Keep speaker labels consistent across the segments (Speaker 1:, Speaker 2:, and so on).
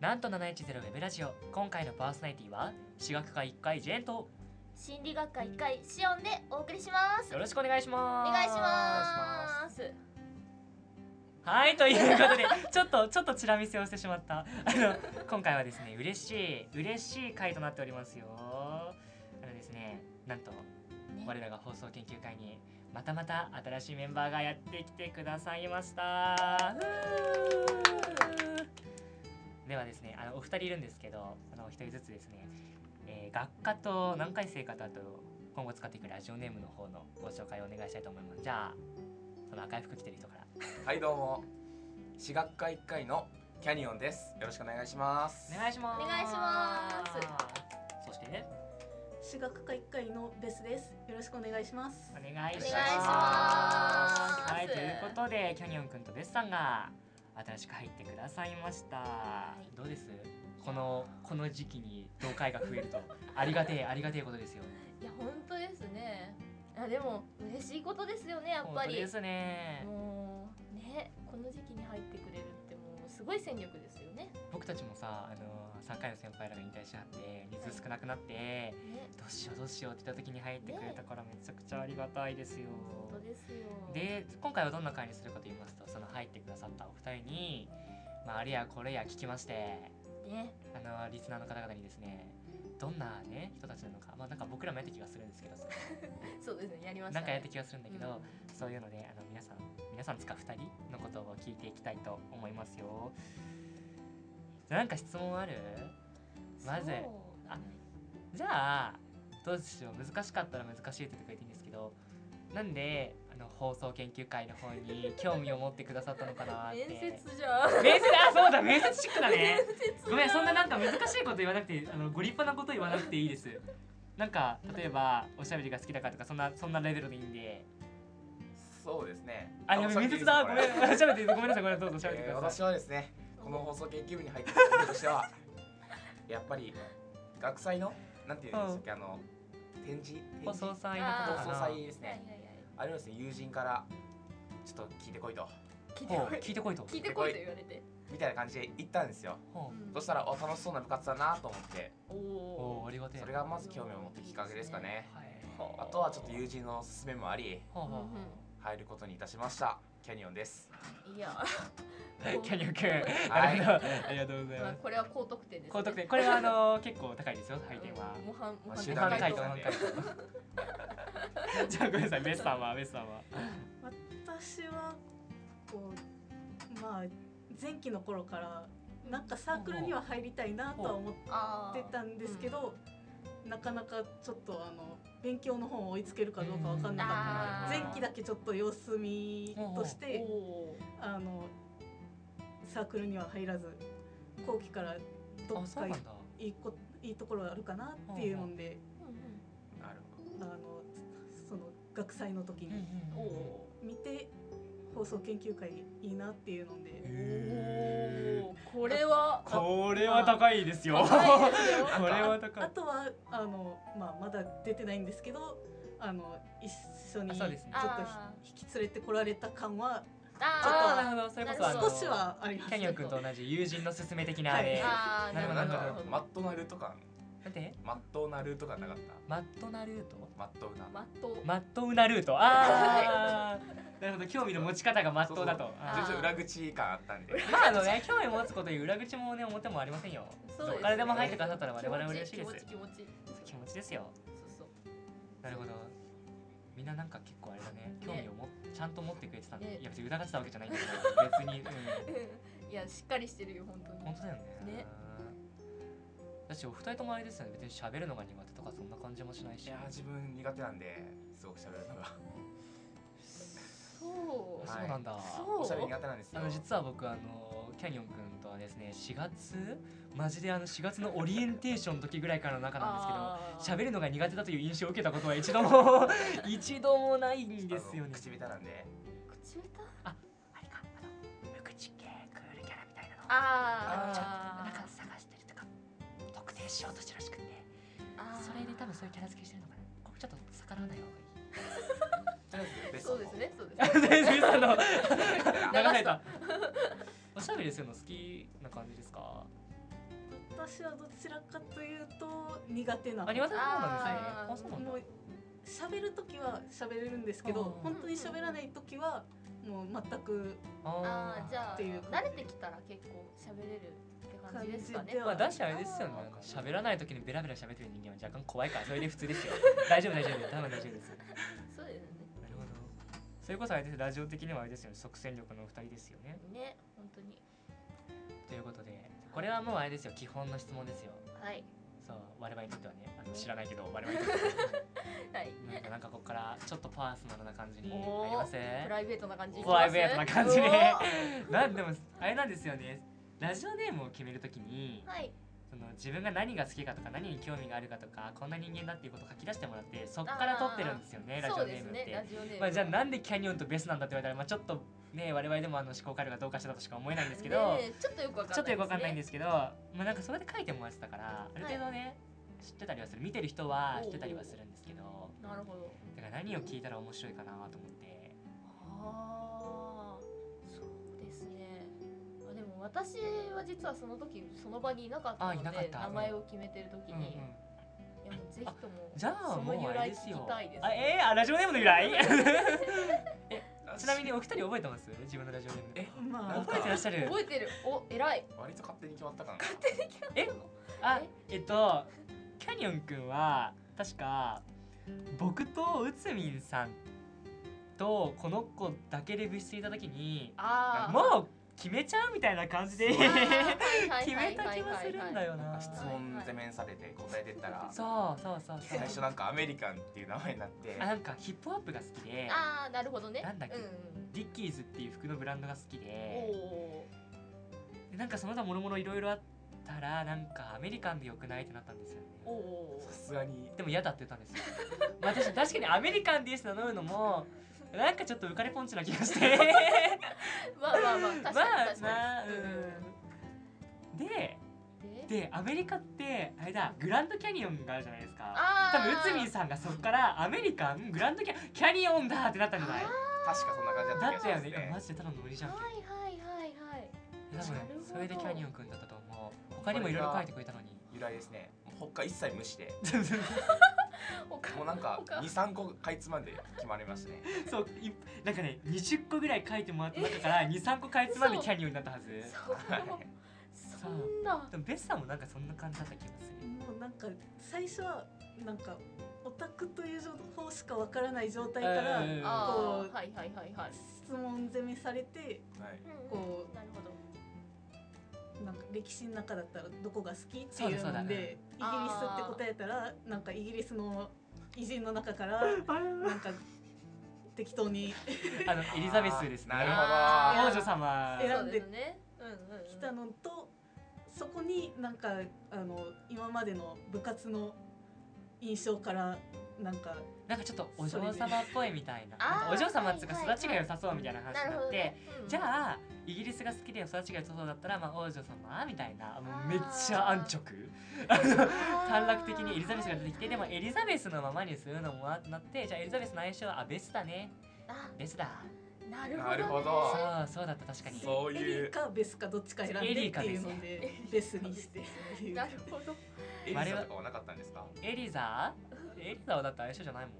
Speaker 1: なんと710ウェブラジオ今回のパーソナリティは私学科1回ジェント
Speaker 2: 心理学科1回シオンでお送りします
Speaker 1: よろしくお願いしま
Speaker 2: お
Speaker 1: す
Speaker 2: 願いします
Speaker 1: はいということでちょっとちょっとチラ見せをしてしまったあの今回はですね嬉しい嬉しい回となっておりますよあのですねなんと我らが放送研究会にまたまた新しいメンバーがやってきてくださいましたふうではですねあのお二人いるんですけどあのお一人ずつですね、えー学科と何回生かとあと今後使っていくラジオネームの方のご紹介をお願いしたいと思いますじゃあその赤い服着てる人から
Speaker 3: はいどうも私学科一回のキャニオンですよろしくお願いします
Speaker 1: お願いします
Speaker 2: お願いしま
Speaker 1: そ
Speaker 2: す
Speaker 1: してね
Speaker 4: 私学科一回のベスです。よろしくお願いします
Speaker 1: お。願いします
Speaker 3: お願いします
Speaker 1: はいということでキャニオンくんとデッサンが新しく入ってくださいました、
Speaker 2: い
Speaker 1: どうですこのこの時期に同会が増えるとありがてえありがてえことですよ
Speaker 2: いや本当ですねあでも嬉しいことですよねやっ
Speaker 1: 本
Speaker 2: ぱ
Speaker 1: 当
Speaker 2: り
Speaker 1: ですね
Speaker 2: もうねこの時期に入ってくれるってもうすごい戦力ですよね
Speaker 1: 僕たちもさあの3回の先輩らが引退しはって水少なくなって、
Speaker 2: ね
Speaker 1: どうしようどうしようって言った時に入ってくれたからめちゃくちゃありがたいですよ、
Speaker 2: 本当ですよ
Speaker 1: で今回はどんな会にするかと言いますとその入ってくださったお二人に、まあ、あれやこれや聞きまして
Speaker 2: ね
Speaker 1: あのリスナーの方々にですねどんなね人たちなのかまあなんか僕らもやった気がするん ですけどそれ
Speaker 2: そうですねやりました
Speaker 1: なん
Speaker 2: ね
Speaker 1: かやった気がするんだけど、
Speaker 2: うん
Speaker 1: そういうのであの皆さん皆さんつか2人のことを聞いていきたいと思いますよなんか質問あるまず
Speaker 2: そうだね
Speaker 1: じゃあどうしよう難しかったら難しいって言ってくれていいんですけどなんであの放送研究会の方に興味を持ってくださったのかなって
Speaker 2: 面接じゃん
Speaker 1: 面接あそうだ面接チックだね
Speaker 2: 面接
Speaker 1: ごめんそんななんか難しいこと言わなくてあのご立派なこと言わなくていいですなんか例えばおしゃべりが好きだからとかそんなそんなレベルでいいんで
Speaker 3: そうですね
Speaker 1: あやべ面接だごめんおしゃべってごめんな さいごめんなさいどうぞおしゃべって
Speaker 3: えー
Speaker 1: くだ
Speaker 3: 私
Speaker 1: さい、
Speaker 3: はですねこの放送研究部に入ってきた理由としては やっぱり学祭のなんていうんでしたっけ、あの展示
Speaker 1: 放
Speaker 3: 展
Speaker 1: 送
Speaker 3: 示
Speaker 1: 祭のこと
Speaker 2: あ
Speaker 1: か
Speaker 2: ー
Speaker 3: 放
Speaker 1: な
Speaker 3: 送祭です
Speaker 2: はいはい
Speaker 3: ね
Speaker 2: はい
Speaker 3: あれはですね友人からちょっと聞いてこいと
Speaker 2: 聞いて
Speaker 1: ほ
Speaker 2: こ
Speaker 1: う
Speaker 2: い
Speaker 1: 聞いてこいと
Speaker 2: 聞いてこいと言われて
Speaker 3: みたいな感じで行ったんですよ
Speaker 1: ほ
Speaker 2: うん
Speaker 3: そしたらお楽しそうな部活だなと思って
Speaker 2: お
Speaker 1: うおーあ
Speaker 2: お
Speaker 1: りがてえ
Speaker 3: それがまず興味を持ったきっかけですかね
Speaker 1: はい
Speaker 3: あとはちょっと友人の勧めもあり
Speaker 1: ほうほうほう
Speaker 3: 入ることにいたしましたキャニオンです
Speaker 2: いや
Speaker 1: キャニオくん、
Speaker 3: はい
Speaker 1: なるほどありがとうござい
Speaker 2: ま
Speaker 1: ま
Speaker 2: あ
Speaker 1: す。
Speaker 2: これは高得点ですね
Speaker 1: 高得点、これはあの結構高いですよ、採点は。
Speaker 2: 模範模
Speaker 3: まあ
Speaker 2: 範
Speaker 3: 集
Speaker 1: 模
Speaker 2: 的
Speaker 1: 範
Speaker 3: 団
Speaker 2: な
Speaker 1: 解
Speaker 2: 回
Speaker 1: 答、
Speaker 2: 答
Speaker 1: 模範解答。 じゃあごめんなさい、ベスさんは、ベスさんは。
Speaker 4: 私はこうまあ前期の頃からなんかサークルには入りたいなとは思っ
Speaker 2: あ
Speaker 4: てたんですけど、なかなかちょっとあの勉強の方を追いつけるかどうかわかんなか
Speaker 2: う
Speaker 4: っ
Speaker 2: んあ
Speaker 4: た
Speaker 2: ー
Speaker 4: 前期だけちょっと様子見と
Speaker 2: お
Speaker 4: して
Speaker 2: お
Speaker 4: あのサークルには入らず後期からど
Speaker 1: あ、
Speaker 4: っ
Speaker 1: そう
Speaker 4: か
Speaker 1: ないんだ。
Speaker 4: いいこいいところあるかなっていうので。
Speaker 3: なるほど
Speaker 4: あのその学祭の時
Speaker 1: うん
Speaker 4: に
Speaker 1: うん
Speaker 2: お
Speaker 1: うん
Speaker 2: お
Speaker 4: 見て放送研究会いいなっていうので
Speaker 1: へ
Speaker 2: おこれは
Speaker 1: これは高いですよ。
Speaker 2: 高
Speaker 1: こ
Speaker 2: いですよ
Speaker 1: れは
Speaker 4: あ
Speaker 1: 高い。
Speaker 4: とはあの、まあ、まだ出てないんですけどあの一緒に
Speaker 1: あ
Speaker 4: ち
Speaker 1: そ
Speaker 4: ょ
Speaker 1: う
Speaker 4: っ
Speaker 1: ですね
Speaker 4: と
Speaker 2: あ
Speaker 4: ひ引き連れてこられた感は
Speaker 1: あ
Speaker 2: あ
Speaker 1: ー、なるほど、それこそ
Speaker 2: な
Speaker 1: あ
Speaker 2: るほ
Speaker 1: の。
Speaker 2: ど
Speaker 4: 少しはありま
Speaker 1: キャ
Speaker 4: す
Speaker 1: ニ
Speaker 4: け
Speaker 1: オくん
Speaker 4: ど
Speaker 1: と同じ友人の勧め的なあれ。
Speaker 2: ああ
Speaker 1: な
Speaker 2: な
Speaker 1: る
Speaker 2: る
Speaker 1: ほどな
Speaker 2: ほど
Speaker 3: な
Speaker 1: るほ
Speaker 3: るほど
Speaker 1: ど
Speaker 3: マットなルとか
Speaker 1: なんて、
Speaker 3: マットなルとかなかった
Speaker 1: マットなルート。
Speaker 3: マットウナ
Speaker 2: まっとう
Speaker 1: マットウナルート。ああ。なるほど、興味の持ち方がマットだと。あー
Speaker 2: あー
Speaker 3: ちょっと裏口感あったんで
Speaker 1: まああのね、興味持つことに裏口もね、表もありませんよ。
Speaker 2: そうですね
Speaker 1: どっからでも入ってくださったら我々は嬉しい
Speaker 2: 気
Speaker 1: で
Speaker 2: 持
Speaker 1: す
Speaker 2: ち。気持ち気持ち
Speaker 1: 気持ちですよ。
Speaker 2: そうそう
Speaker 1: なるほど。みんななんか結構あれだね、興味をもちゃんと持ってくれてたんで
Speaker 2: ね、
Speaker 1: いや別に疑ってたわけじゃないんだけど、別に、うん、
Speaker 2: いやしっかりしてるよ本当に
Speaker 1: 本当だよね。
Speaker 2: ね
Speaker 1: だしお二人ともあれですよね、別に喋るのが苦手とかそんな感じもしない
Speaker 3: い
Speaker 1: し
Speaker 3: や。ー自分苦手なんですごく喋るのが
Speaker 2: そう
Speaker 1: そうなんだ。
Speaker 2: そう
Speaker 3: おしゃべり苦手なんです
Speaker 1: あ
Speaker 3: よ
Speaker 1: の実は僕あのキャニオンくんとはですね4月マジであの4月のオリエンテーションの時ぐらいからの中なんですけど
Speaker 2: あー
Speaker 1: 喋るのが苦手だという印象を受けたことは一度 も一度もないんですよ
Speaker 3: あ
Speaker 1: ね
Speaker 3: の。口下手なんで
Speaker 2: 口下手
Speaker 1: あれかあの無口系クールキャラみたいなの
Speaker 2: あ
Speaker 1: なんか
Speaker 2: ー
Speaker 1: 探してるとか特定しようとしてるらしくて
Speaker 2: あー
Speaker 1: それで多分そういうキャラ付けしてるのかなこれちょっと逆らわない方がいい。
Speaker 3: とりあえずベスト
Speaker 2: そ
Speaker 3: の
Speaker 2: うですねそうですね
Speaker 1: 全然あの流
Speaker 2: 流
Speaker 1: れ
Speaker 2: した
Speaker 1: た。おしゃべりするの好きな感じですか？
Speaker 4: 私はどちらかというと苦手な
Speaker 1: あ苦手な方なんですね
Speaker 2: あー
Speaker 1: あそうなんだ
Speaker 4: もう喋る時は喋れるんですけど
Speaker 1: うん
Speaker 4: 本当に喋らない時はもう全く
Speaker 2: あ
Speaker 1: あ
Speaker 2: ーじゃあ
Speaker 4: っていう
Speaker 2: 慣れてきたら結構喋れるって感じですかね
Speaker 4: 感じで
Speaker 1: あまあだしあれですよね
Speaker 3: あー
Speaker 1: 喋らない時にベラベラ喋ってる人間は若干怖いからそれで普通ですよ 大丈夫大丈夫多分大丈夫ですなる
Speaker 2: そうですね
Speaker 1: ほどそれこそあれですラジオ的にはあれですよね即戦力のお二人ですよね
Speaker 2: ね本当に
Speaker 1: ということでこれはもうあれですよ基本の質問ですよ
Speaker 2: はい
Speaker 1: そう我々にとってはねあの知らないけど我々にとっては
Speaker 2: はい
Speaker 1: なんかなんかここからちょっとパーソナルな感じになり
Speaker 2: おー
Speaker 1: ませ
Speaker 2: プ
Speaker 1: ん
Speaker 2: ライベートな感じいき
Speaker 1: プ
Speaker 2: ま
Speaker 1: ラ
Speaker 2: す
Speaker 1: イベートな感じで
Speaker 2: うおー
Speaker 1: なんでもあれなんですよねラジオネームを決めるときに
Speaker 2: はい
Speaker 1: その自分が何が好きかとか何に興味があるかとかこんな人間だっていうことを書き出してもらってそっから取ってるんですよねラジ
Speaker 2: そ
Speaker 1: オ
Speaker 2: う
Speaker 1: ネ
Speaker 2: で
Speaker 1: ー
Speaker 2: す
Speaker 1: ムって、
Speaker 2: ねラジオネーム
Speaker 1: まあ、じゃあなんでキャニオンとベスなんだって言われたら、まあ、ちょっとね我々でもあの思考回路がどうかしてたとしか思えないんですけど、
Speaker 2: ねえちょっとよくわかんない
Speaker 1: ちょっとよくわかんないんですすけど、まあ、なんかそこで書いてもらってたからある程度ね、知ってたりはする見てる人は知ってたりはするんですけど
Speaker 2: ねなるほど
Speaker 1: だから何を聞いたら面白いかなと思って
Speaker 2: ああそうですねあでも私は実はその時その場にいなかったので
Speaker 1: あいなかった
Speaker 2: 名前を決めてる時に、
Speaker 1: うんうん
Speaker 2: いやもうぜひとも
Speaker 1: じゃあ
Speaker 2: その
Speaker 1: もう
Speaker 2: 由
Speaker 1: あれ
Speaker 2: 来
Speaker 1: です
Speaker 2: 聞
Speaker 1: よ
Speaker 2: きたいです
Speaker 1: あえー、あラジオネームの由 来ちなみにお二人覚えてます自分のラジオネーム
Speaker 3: え
Speaker 4: ま
Speaker 3: なん
Speaker 4: あ
Speaker 1: 覚えてらっしゃる
Speaker 2: 覚えてるお偉い
Speaker 3: 割と勝手に決まったかな
Speaker 1: あえっとキャニオンくんは確か僕とうつみんさんとこの子だけで部室にいた時に
Speaker 2: ああ
Speaker 1: もう決めちゃうみたいな感じで
Speaker 2: あ ー
Speaker 1: 決
Speaker 2: はいはいはい
Speaker 1: めた
Speaker 2: はいはい
Speaker 1: 気がするんだよな
Speaker 3: 質問攻めんされて答えてったら
Speaker 1: そうそうそうそう
Speaker 3: 最初なんかアメリカンっていう名前になって
Speaker 1: あなんかヒップホップが好きで
Speaker 2: ああなるほどね
Speaker 1: なんだっけ
Speaker 2: うんうん
Speaker 1: ディッキーズっていう服のブランドが好きで
Speaker 2: お
Speaker 1: でなんかその他もろもろいろいろあったらなんかアメリカンでよくないってなったんですよね
Speaker 2: おおお
Speaker 3: さすがに
Speaker 1: でも嫌だって言ったんですよまあ私確かにアメリカンですって名乗るのもなんかちょっと浮かれポンチな気がして
Speaker 2: まあまあまあ確
Speaker 1: ま
Speaker 2: かに
Speaker 1: あ
Speaker 2: 確
Speaker 1: ま
Speaker 2: か
Speaker 1: あ
Speaker 2: に
Speaker 1: うんで
Speaker 2: うんで
Speaker 1: でアメリカってあれだグランドキャニオンがあるじゃないですか
Speaker 2: あ
Speaker 1: 多分うつみんさんがそっからアメリカングランドキャキャニオンだってなったんじゃない
Speaker 3: 確かそんな感じだ
Speaker 1: だ
Speaker 3: った
Speaker 1: っ
Speaker 3: 気
Speaker 1: た
Speaker 3: が
Speaker 1: よ
Speaker 3: します
Speaker 1: ね
Speaker 3: ね
Speaker 1: マジでただのノリじ
Speaker 2: ー
Speaker 1: ゃんけ
Speaker 2: はいはいはいはい
Speaker 1: 多分
Speaker 2: なるほど
Speaker 1: それでキャニオンくんだったと思う他にもいろいろ書いてくれたのに
Speaker 3: 由来ですね他一切無視で
Speaker 2: 他
Speaker 3: もうなんか
Speaker 2: 他
Speaker 3: 23個かいつまんで決まりましたね
Speaker 1: そういなんかね20個ぐらい書いてもらった中から23個かいつまんで
Speaker 2: 嘘
Speaker 1: キャニオンになったはず
Speaker 2: そうそんな
Speaker 1: でもベスさんもなんかそんな感じだった気がする
Speaker 4: もうなんか最初はなんかオタクという情報しかわからない状態から
Speaker 1: うん
Speaker 2: あ
Speaker 4: こ
Speaker 2: ーはいはいはいはい
Speaker 4: 質問攻めされて
Speaker 3: はい
Speaker 4: こ
Speaker 2: なるほど
Speaker 4: なんか歴史の中だったらどこが好きって
Speaker 1: そう
Speaker 4: い
Speaker 1: だ
Speaker 4: う
Speaker 1: そうだ
Speaker 4: のでイギリスって答えたらなんかイギリスの偉人の中からなんか適当に
Speaker 1: あのエリザベスですね
Speaker 3: なるほ
Speaker 2: あ
Speaker 1: 王
Speaker 2: ー
Speaker 1: 女様
Speaker 4: え
Speaker 2: そ
Speaker 4: 選
Speaker 2: うん
Speaker 4: で
Speaker 2: ですねうんうんうん
Speaker 4: 来たのとそこになんかあの今までの部活の印象からなんか
Speaker 1: なんかちょっとお嬢様っぽいみたいな
Speaker 2: あー
Speaker 1: お嬢様っつうか
Speaker 2: はい
Speaker 1: 育ちが良さそうみたいな話
Speaker 2: なる
Speaker 1: にな
Speaker 2: ほ
Speaker 1: っ
Speaker 2: ど
Speaker 1: て、
Speaker 2: ねうん
Speaker 1: じゃあイギリスが好きで育ちが良さそうだったら、まあ、王女様みたいなもう
Speaker 2: あー
Speaker 1: めっちゃ安直
Speaker 2: あー
Speaker 1: 短絡的にエリザベスが出てきてでも
Speaker 2: はい
Speaker 1: エリザベスのままにするのもななってじゃあエリザベスの相性はあベスだね
Speaker 2: あ
Speaker 1: ベスだ
Speaker 2: なるほどね
Speaker 3: なるほど
Speaker 1: そ
Speaker 3: あ
Speaker 1: うそうだった確かに
Speaker 3: そう
Speaker 4: エ
Speaker 3: いう
Speaker 4: リーかベスかどっちか選んでっていうの
Speaker 2: エリー
Speaker 4: で
Speaker 2: か
Speaker 4: ベスにしてって いう
Speaker 2: なるほど
Speaker 3: エリザとかはなかったんですか
Speaker 1: エリザ エリザはだって相性じゃないもん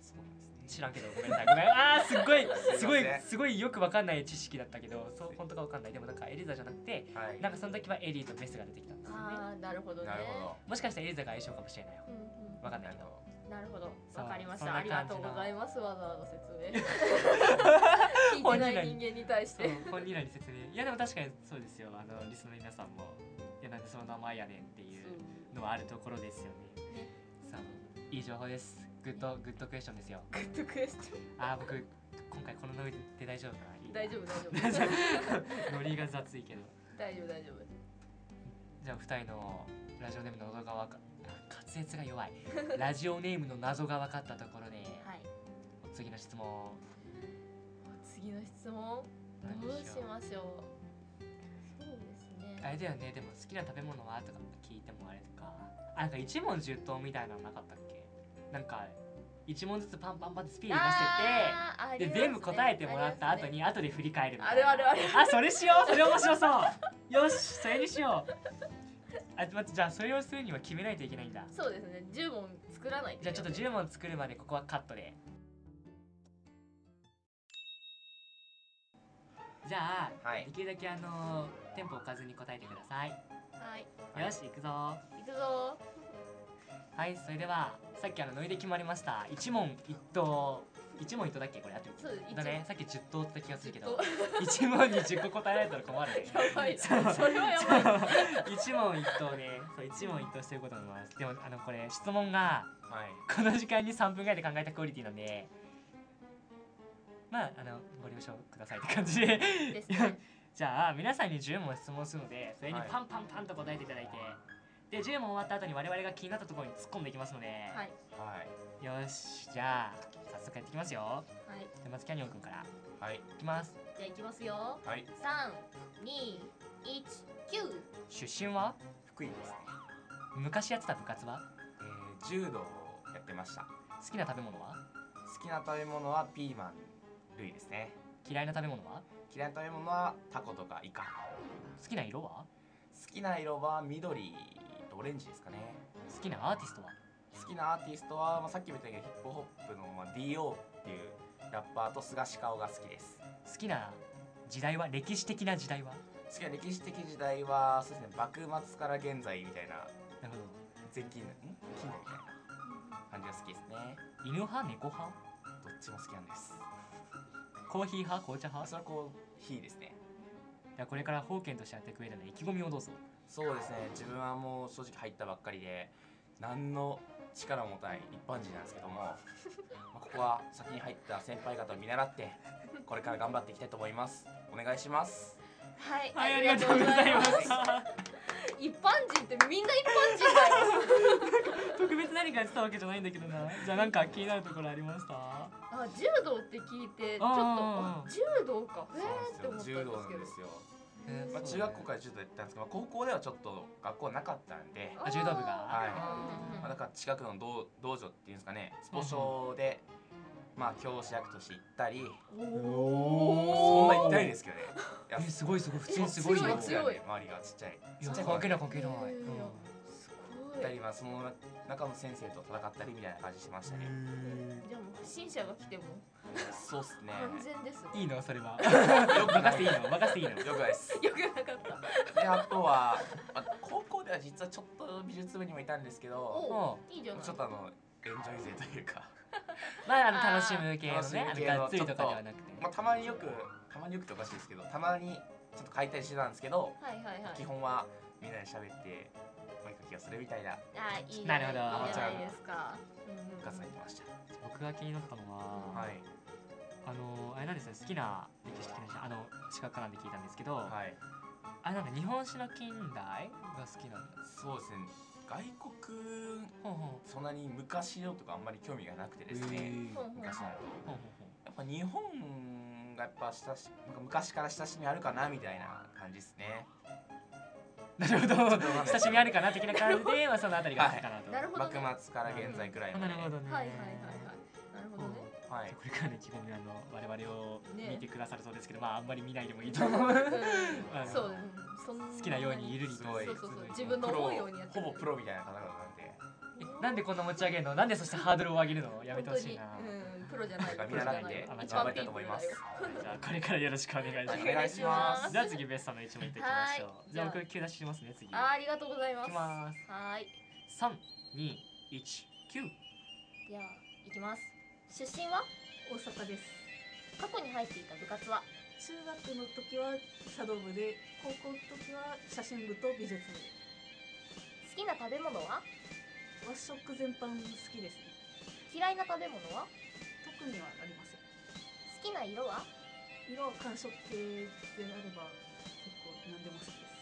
Speaker 3: そうなんです
Speaker 1: 知
Speaker 3: ね
Speaker 1: らんけどごめんなさいごめん あーすっごいすごい
Speaker 3: すいません
Speaker 1: すごいよくわかんない知識だったけどそう本当かわかんないでもなんかエリザじゃなくて
Speaker 3: はい
Speaker 1: なんかその時はエリーとベスが出てきたんですよね
Speaker 2: ああなるほどね
Speaker 3: なるほ
Speaker 1: もしかしたらエリザが相性かもしれないよ
Speaker 2: うんうん
Speaker 1: わかん
Speaker 3: ど
Speaker 1: な
Speaker 3: ないる
Speaker 1: けど
Speaker 3: ほ
Speaker 2: なるほど
Speaker 1: そう
Speaker 2: わかりまし
Speaker 1: そん
Speaker 2: た
Speaker 1: な
Speaker 2: あ
Speaker 1: 感じの
Speaker 2: りがとうございますわざわざ説明 聞いてない人間に対し
Speaker 1: そう
Speaker 2: て
Speaker 1: 本人らに説明いやでも確かにそうですよあのリスナーの皆さんもいやなんでその名前やねんっていうのはあるところですよね
Speaker 2: ね
Speaker 1: さあいい情報ですグッドグッドクエスチョン ですよ
Speaker 2: グッドクエスチョン
Speaker 1: あー僕今回このノリで大丈夫かないいな
Speaker 2: 大丈夫大丈夫
Speaker 1: ノリが雑いけど
Speaker 2: 大丈夫大丈夫
Speaker 1: じゃあ二人のラジオネームの謎がわかあ滑舌が弱 いラジオネームの謎が分かったところで
Speaker 2: はい
Speaker 1: お次の質問
Speaker 2: 次の質問
Speaker 1: 何
Speaker 2: どう
Speaker 1: でし
Speaker 2: し
Speaker 1: ょう
Speaker 2: ましょうそうですね
Speaker 1: あれだよねでも好きな食べ物はとか聞いてもあれとかあなんか一問十答みたいなのなかったっけなんか一問ずつパンパンパンってスピード出して
Speaker 2: あーあ
Speaker 1: て
Speaker 2: り
Speaker 1: で
Speaker 2: ますね
Speaker 1: 全部答えてもらった後に後で振り返るみたいな
Speaker 2: あるあるある
Speaker 1: あそれしようそれ面白そうよしそれにしようあ待ってじゃあそれをするには決めないといけないんだ
Speaker 2: そうですね10問作らない
Speaker 1: じゃあちょっと10問作るまでここはカットでじゃあ、
Speaker 3: はい
Speaker 1: できるだけあのーテンポ置かずに答えてください、
Speaker 2: はい
Speaker 1: よし行くぞ
Speaker 2: 行くぞ
Speaker 1: はいそれではさっきあのノリで決まりました一問一答一問一答だっけこれあってる
Speaker 2: そうです
Speaker 1: だねさっき10答って言った気がするけ
Speaker 2: 10
Speaker 1: ど一問に10個答えられたら困るね
Speaker 2: やばいそ
Speaker 1: そ
Speaker 2: れ
Speaker 1: う
Speaker 2: はやばい
Speaker 1: 一問一答ねそう一問一答してることになりますでもあのこれ質問が
Speaker 3: はい
Speaker 1: この時間に3分ぐらいで考えたクオリティなんでまああのご了承くださいって感じで
Speaker 2: ですね
Speaker 1: じゃあ皆さんに10問質問するのでそれに
Speaker 3: はい
Speaker 1: パンパンパンと答えていただいて、で10問終わった後に我々が気になったところに突っ込んでいきますので、
Speaker 2: はい
Speaker 3: はい
Speaker 1: よしじゃあ早速やっていきますよ
Speaker 2: はい
Speaker 1: じゃあまずキャニオンくんから
Speaker 3: はい
Speaker 1: いきます
Speaker 2: じゃあ行きますよ
Speaker 3: はい
Speaker 2: 三二一九
Speaker 1: 出身は
Speaker 3: 福井ですね
Speaker 1: 昔やってた部活は
Speaker 3: えー、柔道をやってました
Speaker 1: 好きな食べ物は
Speaker 3: 好きな食べ物はピーマン類ですね
Speaker 1: 嫌いな食べ物は
Speaker 3: 嫌いな食べ物はタコとかイカ
Speaker 1: 好きな色は
Speaker 3: 好きな色は緑とオレンジですかね
Speaker 1: 好きなアーティストは
Speaker 3: 好きなアーティストは、まあ、さっきも言ったけどヒップホップの、まあ、DO っていうラッパーと菅氏顔が好きです
Speaker 1: 好きな時代は歴史的な時代は
Speaker 3: 好きな歴史的時代はそうですね幕末から現在みたいな
Speaker 1: なるほ
Speaker 3: 前近代ん近代みたいな感じが好きですね
Speaker 1: ど犬派猫派
Speaker 3: どっちも好きなんです
Speaker 1: コーヒー派紅茶
Speaker 3: あ
Speaker 1: 派
Speaker 3: それはこう非ですね
Speaker 1: じゃあこれから封建としてやっていく上での意気込みをどうぞ
Speaker 3: そうですね自分はもう正直入ったばっかりで何の力も持たない一般人なんですけども、まあ、ここは先に入った先輩方を見習ってこれから頑張っていきたいと思いますお願いします
Speaker 2: はい
Speaker 1: す
Speaker 2: 一般人ってみんな一般人だよ
Speaker 1: 特別何かやってたわけじゃないんだけどなじゃあなんか気になるところありました
Speaker 2: あ柔道って聞いてちょっと
Speaker 1: あー
Speaker 2: あ柔道かへえって
Speaker 3: そう
Speaker 2: 思
Speaker 3: なんで
Speaker 2: っ
Speaker 3: す
Speaker 2: た
Speaker 3: よ柔
Speaker 2: んです
Speaker 3: 道な
Speaker 2: け
Speaker 3: ん
Speaker 2: ど
Speaker 3: ですよ、
Speaker 1: えー
Speaker 3: まあ、
Speaker 1: そ
Speaker 3: 中
Speaker 1: うだね
Speaker 3: 学校から柔道やってたんですけど、まあ、高校ではちょっと学校なかったんで、
Speaker 1: あ柔道部が
Speaker 3: はい
Speaker 2: うん
Speaker 3: まあ、だから近くの道道場っていうんですかねスポ少で、まあ教師役として行ったり
Speaker 2: お
Speaker 3: そん
Speaker 2: お
Speaker 3: な行ってないですけどねいや
Speaker 1: えすごいすごい普通
Speaker 2: え
Speaker 1: にすごいよい
Speaker 2: 強い強い
Speaker 3: なんで周りがちっちゃいち
Speaker 1: や
Speaker 3: っちゃい子
Speaker 1: 関係
Speaker 3: 行
Speaker 1: ない関係ない、
Speaker 2: いやいやいやす
Speaker 3: った
Speaker 2: ごい
Speaker 3: りまあその中の先生と戦ったりみたいな感じしてましたね、
Speaker 2: じゃあもう不審者が来ても
Speaker 3: そうっすね
Speaker 2: 安全です
Speaker 1: いいのそれ は
Speaker 3: よく
Speaker 1: 任
Speaker 3: な
Speaker 1: せ
Speaker 3: い
Speaker 1: ていいの任せていいの
Speaker 3: よくないです
Speaker 2: よくなかった
Speaker 3: であとは、まあ、高校では実はちょっと美術部にもいたんですけど
Speaker 2: おいいじゃない
Speaker 3: ちょっとあのエンジョイ勢というか
Speaker 1: まああの楽しむ系の
Speaker 3: 楽し
Speaker 1: ね
Speaker 3: む
Speaker 1: あの
Speaker 3: 系の
Speaker 1: がっつりとかではなくて
Speaker 3: まあ、たまによくたまによくっておかしいですけどたまにちょっと書いたりしてたんですけど
Speaker 2: はいはいはい
Speaker 3: 基本はみんなで喋って声かけをするみたいな
Speaker 2: あーいいじゃ
Speaker 1: ないるほど
Speaker 2: いいじゃないですかうんうん
Speaker 3: 部活が行きました、
Speaker 1: 僕が気になったのは、
Speaker 3: はい
Speaker 1: あのあれなんですよ好きな歴史的な人あの資格なんで聞いたんですけど、
Speaker 3: はい
Speaker 1: あれなんか日本史の近代が好きなんだ
Speaker 3: そうですね外国
Speaker 1: ほうほ
Speaker 3: そんなに昔のとかあんまり興味がなくて
Speaker 1: う
Speaker 3: ですね、
Speaker 1: へー
Speaker 2: ほんほん
Speaker 3: 昔なると
Speaker 1: ほうほうほ
Speaker 3: やっぱ日本がやっぱ親しなんか昔から親しみあるかなみたいな感じですね
Speaker 1: うなるほど
Speaker 3: とわ かんない
Speaker 1: 親しみあるかな的な感じで、まあ、そのあたりが好きかなと、
Speaker 2: なるほど
Speaker 3: 幕
Speaker 2: ね
Speaker 3: 末から現在くらいの、
Speaker 1: な
Speaker 3: ね
Speaker 1: るほどね
Speaker 2: はいはいはいはいなるほどね
Speaker 3: は
Speaker 1: じゃ
Speaker 3: い
Speaker 1: あこれからの意気込みはあの我々を
Speaker 2: ね
Speaker 1: 見てくださるそうですけど、まああんまり見ないでもいいと思う
Speaker 2: うんそううんそんな
Speaker 1: 好きなようにゆるり
Speaker 3: す
Speaker 1: と
Speaker 3: ごい
Speaker 2: そうそうそう
Speaker 1: 続いて
Speaker 2: 自分の思うようにやって
Speaker 3: プ
Speaker 2: る
Speaker 3: ロほぼプロみたいな方々なんで
Speaker 1: えなんでこんな持ち上げるのなんでそしてハードルを上げるのやめてほしいな、
Speaker 2: 本当にうんプロじゃない
Speaker 3: なんか見
Speaker 2: プロじゃ
Speaker 3: 習
Speaker 2: な
Speaker 3: っ
Speaker 2: い
Speaker 3: て
Speaker 1: あまあ
Speaker 2: 一
Speaker 3: 頑
Speaker 2: 般
Speaker 3: 張りたいと思います
Speaker 2: ピー
Speaker 1: じゃあこれからよろしくお願いしま
Speaker 2: プ
Speaker 1: す
Speaker 2: ル
Speaker 3: お
Speaker 2: だよ
Speaker 3: 願いします
Speaker 1: じゃあ次ベストの一問いっていきましょう
Speaker 2: はい
Speaker 1: じゃあ
Speaker 2: じゃ
Speaker 1: 僕急出ししますね次いき
Speaker 2: あーありがとうございますは
Speaker 1: ます
Speaker 2: ーい
Speaker 1: 三二一九
Speaker 2: ではいきます出身は
Speaker 4: 大阪です
Speaker 2: 過去に入っていた部活は
Speaker 4: 中学の時は茶道部で高校の時は写真部と美術部で
Speaker 2: 好きな食べ物は
Speaker 4: 和食全般好きですね
Speaker 2: 嫌いな食べ物は
Speaker 4: 特にはありませ
Speaker 2: 好
Speaker 4: ん
Speaker 2: きな色は
Speaker 4: 色は寒色系であれば結構何でも好きです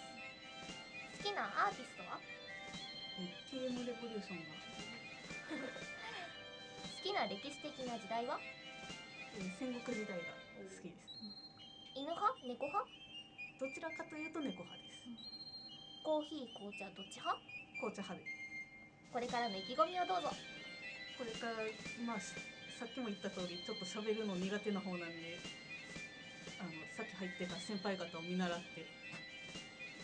Speaker 2: 好きなアーティストは
Speaker 4: え TM レボリューションが、
Speaker 2: 好きな歴史的な時代は
Speaker 4: えー戦国時代が好きです
Speaker 2: 犬派猫派
Speaker 4: どちらかというと猫派です
Speaker 2: コーヒー紅茶どっち派
Speaker 4: 紅茶派です
Speaker 2: これからの意気込みをどうぞ
Speaker 4: これからまあしさっきも言った通りちょっと喋るの苦手な方なんであのさっき入ってた先輩方を見習って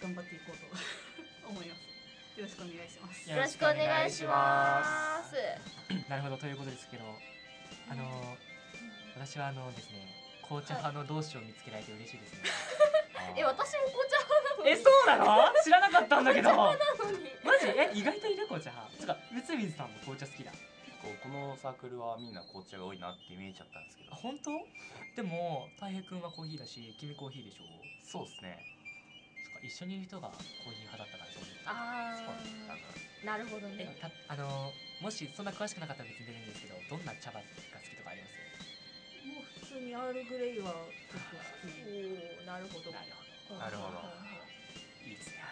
Speaker 4: 頑張っていこうと 思いますよろしくお願いします。
Speaker 2: よろしくお願いします。
Speaker 1: なるほどということですけどあの私はあのですね紅茶派の同志を見つけられて嬉しいですね、
Speaker 2: え、私も紅茶派なのに。
Speaker 1: えそうなの知らなかったんだけど マ
Speaker 2: なのに。
Speaker 1: ジえ意外といる紅茶派つうか宇都水さんも紅茶好きだ
Speaker 3: こうこのサークルはみんな紅茶が多いなって見えちゃったんですけど
Speaker 1: あ本当でもたい平くんはコーヒーだし君コーヒーでしょ
Speaker 3: そうですね
Speaker 1: そっか一緒にいる人がコーヒー派だったからそう
Speaker 2: あ
Speaker 3: そうなんだ
Speaker 2: あ、なるほど
Speaker 1: え
Speaker 2: ね。
Speaker 1: たあのもしそんな詳しくなかったら別に出るんですけどどんな茶葉が好きとかあります
Speaker 4: もう普通にアールグレイは結構好き。
Speaker 2: おお、なるほど。
Speaker 1: ほ
Speaker 2: ほ
Speaker 3: なるほど
Speaker 1: どいいですね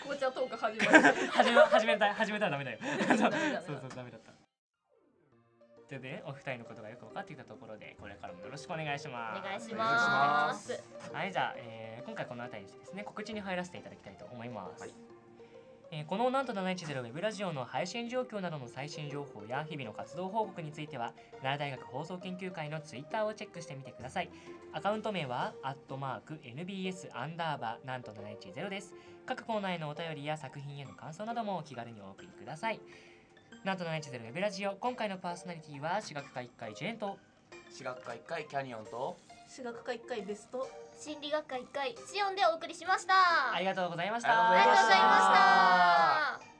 Speaker 2: 紅茶トーク始 まる。
Speaker 1: 始め 始めた始めたらダメ だよそう
Speaker 2: メダメ
Speaker 1: そうそうダメだったということでお二人のことがよく分かってきたところでこれからもよろしくお願いします
Speaker 2: お願いし
Speaker 3: お願
Speaker 2: ま
Speaker 3: いします
Speaker 2: す。
Speaker 1: はいじゃあ、えー今回この辺りにしてですね告知に入らせていただきたいと思います、
Speaker 3: はい
Speaker 1: えーこのなんと710ウェブラジオの配信状況などの最新情報や日々の活動報告については奈良大学放送研究会のツイッターをチェックしてみてくださいアカウント名はアットマーク NBS アンダーバーなんと710です各コーナーへのお便りや作品への感想などもお気軽にお送りくださいなんと710ウェブラジオ今回のパーソナリティは私学科1回ジェーンと
Speaker 3: 私学科1回キャニオンと
Speaker 4: 私学科一回ベスト。
Speaker 2: 心理学科一回シオンでお送りしました。
Speaker 1: ありがとうございました
Speaker 3: ありがとうございました
Speaker 2: ありがとうございました。